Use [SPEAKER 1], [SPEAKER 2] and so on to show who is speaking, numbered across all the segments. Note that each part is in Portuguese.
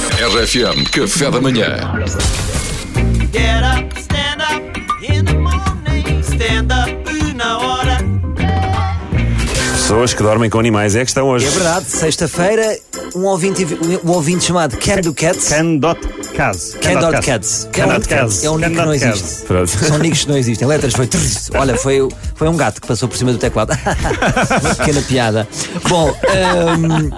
[SPEAKER 1] RFM, café da manhã.
[SPEAKER 2] Get up, stand up in the morning. Stand up na hora.
[SPEAKER 3] Pessoas que dormem com animais é a questão hoje.
[SPEAKER 4] É verdade, sexta-feira, um ouvinte, um ouvinte chamado Ken do Cats.
[SPEAKER 5] Candot Caz.
[SPEAKER 4] Candot Cats. Que é um-
[SPEAKER 5] Candot Caz.
[SPEAKER 4] É um nick que não
[SPEAKER 5] Candot Caz.
[SPEAKER 4] existe.
[SPEAKER 3] Pronto.
[SPEAKER 4] São nicks que não existem. Letras foi. Olha, foi, foi um gato que passou por cima do teclado. Uma pequena piada. Bom, hum,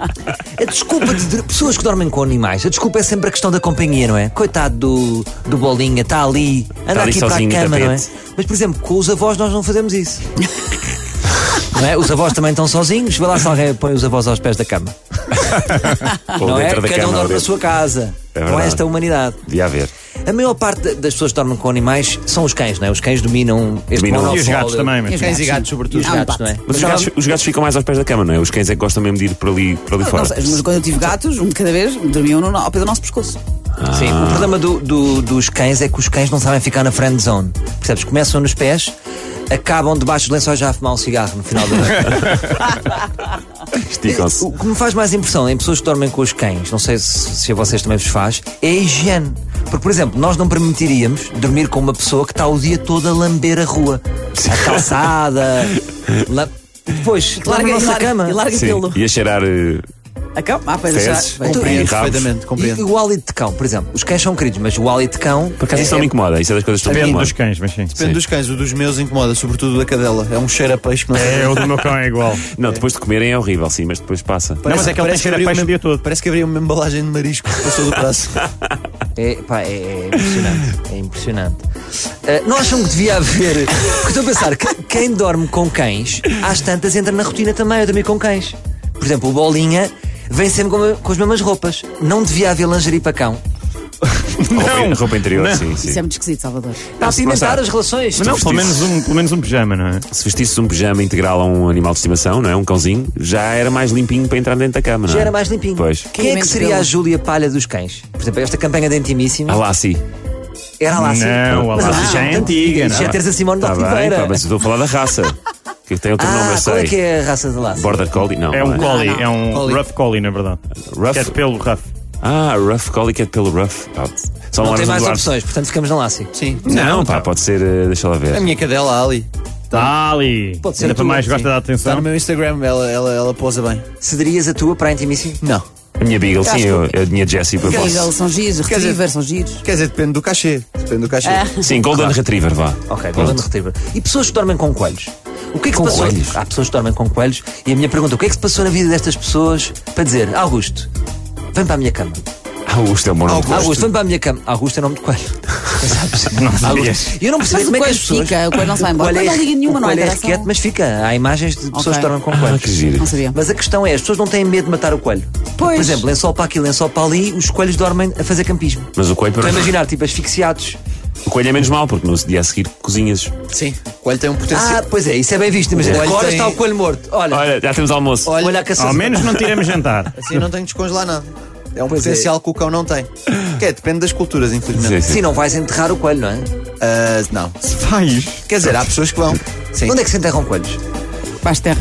[SPEAKER 4] a desculpa de de pessoas que dormem com animais, a desculpa é sempre a questão da companhia, não é? Coitado do, do Bolinha, está ali, anda
[SPEAKER 3] Tá ali
[SPEAKER 4] aqui para a
[SPEAKER 3] sozinho no
[SPEAKER 4] cama, não é?
[SPEAKER 3] tapete.
[SPEAKER 4] Mas, por exemplo, com os avós nós não fazemos isso. Não é? Os avós também estão sozinhos, vai lá se alguém põe os avós aos pés da cama.
[SPEAKER 3] Ou
[SPEAKER 4] não é?
[SPEAKER 3] dentro da
[SPEAKER 4] Cada um
[SPEAKER 3] cama. ou
[SPEAKER 4] dorme na
[SPEAKER 3] dentro.
[SPEAKER 4] sua casa.
[SPEAKER 3] É
[SPEAKER 4] não é
[SPEAKER 3] verdade.
[SPEAKER 4] esta humanidade.
[SPEAKER 3] Devia haver.
[SPEAKER 4] A maior parte da- das pessoas que dormem com animais são os cães, não é? Os cães dominam este
[SPEAKER 3] Dominam.
[SPEAKER 4] monopólio.
[SPEAKER 5] E os gatos também, mas-
[SPEAKER 4] e gatos, sobretudo. E os gatos, não é?
[SPEAKER 3] Mas os gatos, os gatos ficam mais aos pés da cama, não é? Os cães é que gostam mesmo de ir por ali,
[SPEAKER 4] Ah,
[SPEAKER 3] por ali fora.
[SPEAKER 6] Não sei, mas quando eu tive gatos, um de cada vez, dormiam no, ao pé do nosso pescoço.
[SPEAKER 4] Sim,
[SPEAKER 3] Ah.
[SPEAKER 4] o problema do- do- dos cães é que os cães não sabem ficar na friend zone. Percebes? Começam nos pés, acabam debaixo dos lençóis já a fumar um cigarro no final da noite.
[SPEAKER 3] Esticam-se.
[SPEAKER 4] O que me faz mais impressão em pessoas que dormem com os cães, não sei se, se a vocês também vos faz, é a higiene. Porque, por exemplo, nós não permitiríamos dormir com uma pessoa que está o dia todo a lamber a rua, a calçada, la... depois larga a
[SPEAKER 6] e
[SPEAKER 4] nossa
[SPEAKER 6] larga,
[SPEAKER 4] cama.
[SPEAKER 6] E larga pelo.
[SPEAKER 3] Sim. E a cheirar. eh,
[SPEAKER 6] A cama? Ah, pois
[SPEAKER 3] Fezes.
[SPEAKER 6] já-
[SPEAKER 3] Comprido.
[SPEAKER 6] Tu-
[SPEAKER 3] Rabos.
[SPEAKER 4] E, e o hálito de cão, por exemplo, os cães são queridos, mas o hálito de cão.
[SPEAKER 3] Por acaso isso não me incomoda, isso é das coisas que não me
[SPEAKER 5] Depende
[SPEAKER 3] incomoda.
[SPEAKER 5] dos cães, mas sim.
[SPEAKER 7] Depende dos cães, o dos meus incomoda, sobretudo da cadela. É um cheiro a peixe que não sei.
[SPEAKER 5] É, o do meu cão é igual.
[SPEAKER 3] Não, depois de comerem é horrível, sim, mas depois passa.
[SPEAKER 5] Não, mas é que ele tem
[SPEAKER 7] parece
[SPEAKER 5] cheiro a
[SPEAKER 7] abriu
[SPEAKER 5] peixe o
[SPEAKER 7] uma-
[SPEAKER 5] dia todo.
[SPEAKER 7] Parece que abria uma embalagem de marisco que passou do braço.
[SPEAKER 4] É, pá, é, é impressionante. É impressionante. Ah, não acham que devia haver. Porque estou a pensar, que quem dorme com cães, às tantas entra na rotina também a dormir com cães. Por exemplo, o Bolinha vem sempre com, com as mesmas roupas. Não devia haver lingerie para cão.
[SPEAKER 3] Roupa, roupa interior, sim, sim.
[SPEAKER 6] Isso é muito esquisito, Salvador.
[SPEAKER 4] Está a
[SPEAKER 3] mas
[SPEAKER 4] cimentar
[SPEAKER 3] há-
[SPEAKER 4] as relações.
[SPEAKER 5] Mas não,
[SPEAKER 3] Estou
[SPEAKER 5] pelo menos, um, pelo menos um pijama, não é?
[SPEAKER 3] Se vestisses um pijama integral a um animal de estimação, não é? Um cãozinho, já era mais limpinho para entrar dentro da cama, não é?
[SPEAKER 4] Já era mais limpinho.
[SPEAKER 3] Pois.
[SPEAKER 4] Quem é que
[SPEAKER 6] Menos
[SPEAKER 4] seria
[SPEAKER 6] pelo.
[SPEAKER 4] a Júlia Palha dos cães? Por exemplo, esta campanha de Intimíssima
[SPEAKER 3] Ah lá, sim.
[SPEAKER 4] era lá assim.
[SPEAKER 5] Não, a
[SPEAKER 4] Mas
[SPEAKER 5] lá já é Tá antiga,
[SPEAKER 4] Já
[SPEAKER 5] não.
[SPEAKER 4] teres a Simone
[SPEAKER 3] Está
[SPEAKER 4] de
[SPEAKER 3] Tá bem,
[SPEAKER 4] Oliveira.
[SPEAKER 3] pá, mas eu estou a falar da raça. Que tem outro nome,
[SPEAKER 4] ah,
[SPEAKER 3] eu
[SPEAKER 4] qual é que
[SPEAKER 3] sei.
[SPEAKER 4] é a raça de lá?
[SPEAKER 3] Border Collie? Não.
[SPEAKER 5] É
[SPEAKER 3] não
[SPEAKER 5] um collie,
[SPEAKER 6] não.
[SPEAKER 5] é um
[SPEAKER 7] Collie.
[SPEAKER 5] rough collie, na verdade.
[SPEAKER 3] Rough?
[SPEAKER 5] Que é de pelo rough.
[SPEAKER 3] Ah, Rough Collie que é de pelo Rough. Pá, só
[SPEAKER 4] Não
[SPEAKER 3] horas
[SPEAKER 4] tem
[SPEAKER 3] a
[SPEAKER 4] mais um
[SPEAKER 3] doar.
[SPEAKER 4] opções, portanto ficamos na Lassie.
[SPEAKER 7] Sim. tá
[SPEAKER 3] Não, pá, pode ser, eh, deixa lá
[SPEAKER 7] A
[SPEAKER 3] ver.
[SPEAKER 7] minha cadela, a Ali,
[SPEAKER 5] Tá ali.
[SPEAKER 4] Pode ser
[SPEAKER 5] Ainda
[SPEAKER 4] a
[SPEAKER 5] para
[SPEAKER 4] tua,
[SPEAKER 5] mais
[SPEAKER 4] sim.
[SPEAKER 5] gosta da
[SPEAKER 7] está Tá no
[SPEAKER 5] atenção.
[SPEAKER 7] meu Instagram, ela, ela, ela posa bem.
[SPEAKER 4] Cederias a tua para a Intimíssima?
[SPEAKER 7] Não.
[SPEAKER 3] A minha Beagle, sim,
[SPEAKER 6] Acho
[SPEAKER 3] eu, a minha Jessie, por favor.
[SPEAKER 6] Eagle, são giros,
[SPEAKER 7] Quer dizer-
[SPEAKER 6] Retriever, são giros.
[SPEAKER 7] Quer dizer, depende do cachê. Depende do cachê.
[SPEAKER 4] Ah.
[SPEAKER 3] Sim, Golden Retriever, vá.
[SPEAKER 4] Ok,
[SPEAKER 3] Pronto.
[SPEAKER 4] Golden Retriever. E pessoas que dormem com coelhos? O que é que
[SPEAKER 3] Com
[SPEAKER 4] se passou?
[SPEAKER 3] coelhos?
[SPEAKER 4] Há pessoas que dormem com coelhos e a minha pergunta, o que é que se passou na vida destas pessoas para dizer, Augusto, vem para a minha cama.
[SPEAKER 3] Augusto é um bom nome.
[SPEAKER 4] Augusto, vem para a minha cama. Augusto é nome de coelho. ah,
[SPEAKER 5] Não sabias.
[SPEAKER 4] Augusto. E eu não percebo
[SPEAKER 6] Mas
[SPEAKER 4] como é
[SPEAKER 6] o
[SPEAKER 4] que
[SPEAKER 6] coelho
[SPEAKER 4] as pessoas...
[SPEAKER 6] fica, o coelho não se vai embora. O
[SPEAKER 4] coelho
[SPEAKER 6] coelho
[SPEAKER 4] é-
[SPEAKER 6] não liga nenhuma,
[SPEAKER 4] o
[SPEAKER 6] não há
[SPEAKER 4] coelho é
[SPEAKER 6] interação.
[SPEAKER 4] requieto, mas fica. Há imagens de pessoas
[SPEAKER 6] Ok.
[SPEAKER 4] que dormem com
[SPEAKER 3] Ah,
[SPEAKER 4] coelhos.
[SPEAKER 3] que giro.
[SPEAKER 6] Não sabia.
[SPEAKER 4] Mas a questão é, as pessoas não têm medo de matar o coelho.
[SPEAKER 6] Pois.
[SPEAKER 4] Por exemplo, lençol para aqui, lençol para ali, os coelhos dormem a fazer campismo.
[SPEAKER 3] Mas o coelho,
[SPEAKER 4] Estou a imaginar, tipo, asfixiados.
[SPEAKER 3] o coelho é menos mal, porque no dia a seguir cozinhas.
[SPEAKER 7] Sim. O coelho tem um potencial.
[SPEAKER 4] Ah, pois é, isso é bem visto. Imagina,
[SPEAKER 7] O coelho
[SPEAKER 4] agora
[SPEAKER 7] tem-
[SPEAKER 4] está o coelho morto. Olha,
[SPEAKER 3] Olha, já temos almoço.
[SPEAKER 7] Olha,
[SPEAKER 4] olha a caçação.
[SPEAKER 5] Ao menos não tiramos jantar.
[SPEAKER 7] assim eu não tenho de descongelar nada. É um
[SPEAKER 4] Pois é.
[SPEAKER 7] potencial que o cão não tem. Que é, depende das culturas,
[SPEAKER 3] Sim,
[SPEAKER 7] infelizmente.
[SPEAKER 5] é.
[SPEAKER 3] sim.
[SPEAKER 4] Sim, não vais enterrar o coelho, não é?
[SPEAKER 7] Ah, não.
[SPEAKER 5] Faz.
[SPEAKER 7] Quer dizer, há pessoas que vão. Sim.
[SPEAKER 4] Onde é que se enterram coelhos?
[SPEAKER 6] Baixo
[SPEAKER 4] Ah,
[SPEAKER 6] terra.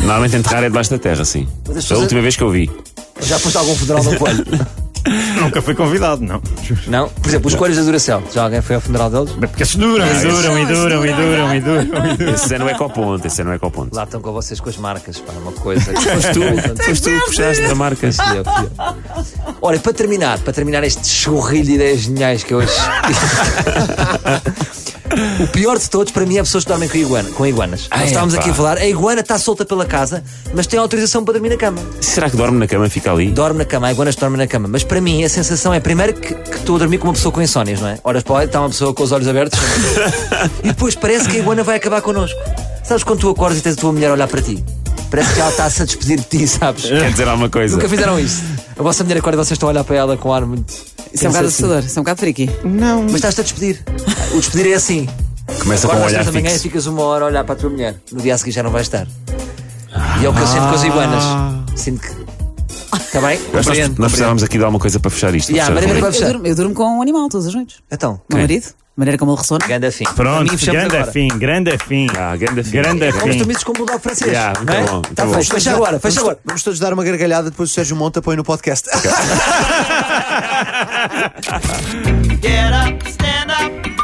[SPEAKER 3] Normalmente enterrar é debaixo da terra, sim. Foi
[SPEAKER 4] as
[SPEAKER 3] a
[SPEAKER 4] pessoas-
[SPEAKER 3] última vez que eu vi.
[SPEAKER 4] Já foste a algum funeral de um coelho?
[SPEAKER 5] Nunca fui convidado, não.
[SPEAKER 4] Não? Por exemplo, os coelhos da duração. Já alguém foi ao funeral deles?
[SPEAKER 5] Porque se duram, e duram, e duram, e duram, e duram. e duram.
[SPEAKER 3] Esse é no ecoponto, esse é no ecoponto.
[SPEAKER 4] Lá estão com vocês com as marcas, pá, uma coisa.
[SPEAKER 3] Foste tu, foste tu que puxaste da marca.
[SPEAKER 4] Eu, eu. Ora, e para terminar, para terminar este chorrilho de ideias geniais que eu hoje. o pior de todos para mim é pessoas que dormem com, iguana, com iguanas.
[SPEAKER 3] Ah,
[SPEAKER 4] Nós estávamos
[SPEAKER 3] é, pá.
[SPEAKER 4] aqui a falar, a iguana está solta pela casa, mas tem autorização para dormir na cama.
[SPEAKER 3] Será que dorme na cama e fica ali?
[SPEAKER 4] Dorme na cama, há iguanas que dormem na cama. Mas para mim a sensação é, primeiro, que, que estou a dormir com uma pessoa com insónias, não é? Horas para lá, está uma pessoa com os olhos abertos. e depois parece que a iguana vai acabar connosco. Sabes quando tu acordas e tens a tua mulher a olhar para ti? Parece que ela está-se a despedir de ti, sabes?
[SPEAKER 3] Quer dizer alguma coisa?
[SPEAKER 4] Nunca fizeram isso. A vossa mulher acorda e vocês estão a olhar para ela com ar muito.
[SPEAKER 6] Isso
[SPEAKER 4] Pensa
[SPEAKER 6] é um
[SPEAKER 4] assim.
[SPEAKER 6] bocado assustador, isso é um bocado friki.
[SPEAKER 4] Mas estás-te a despedir. O despedir é assim.
[SPEAKER 3] Começa com um
[SPEAKER 4] Acordas às
[SPEAKER 3] olhar
[SPEAKER 4] três da manhã é e
[SPEAKER 3] fixo.
[SPEAKER 4] ficas uma hora a olhar para a tua mulher. No dia a seguir já não vais estar. E é o que eu sinto
[SPEAKER 3] Ah.
[SPEAKER 4] com as iguanas. Sinto que. Está bem?
[SPEAKER 3] Nós, nós, nós precisávamos aqui de alguma coisa para fechar isto.
[SPEAKER 4] Yeah,
[SPEAKER 3] para fechar
[SPEAKER 4] mas-
[SPEAKER 3] o
[SPEAKER 4] mas-
[SPEAKER 3] momento.
[SPEAKER 4] Vamos
[SPEAKER 6] Eu
[SPEAKER 4] já.
[SPEAKER 6] durmo, eu durmo com um animal todas as noites.
[SPEAKER 4] Então,
[SPEAKER 6] O
[SPEAKER 3] Ok.
[SPEAKER 6] meu marido, a maneira como ele ressona.
[SPEAKER 4] grande fim. Para mim,
[SPEAKER 5] Pronto,
[SPEAKER 4] fechamos
[SPEAKER 5] grande é
[SPEAKER 4] agora.
[SPEAKER 5] fim, grande fim.
[SPEAKER 3] Ah, grande fim.
[SPEAKER 5] Grande
[SPEAKER 4] Como os
[SPEAKER 5] fim.
[SPEAKER 4] tomitos com o bulldog francês.
[SPEAKER 3] Yeah, muito
[SPEAKER 4] não é?
[SPEAKER 3] bom, muito
[SPEAKER 4] Está
[SPEAKER 3] bom.
[SPEAKER 4] feito. Fecha agora, fecha agora.
[SPEAKER 7] Vamos todos dar uma gargalhada, depois o Sérgio Monta põe no podcast.
[SPEAKER 2] Get up, stand up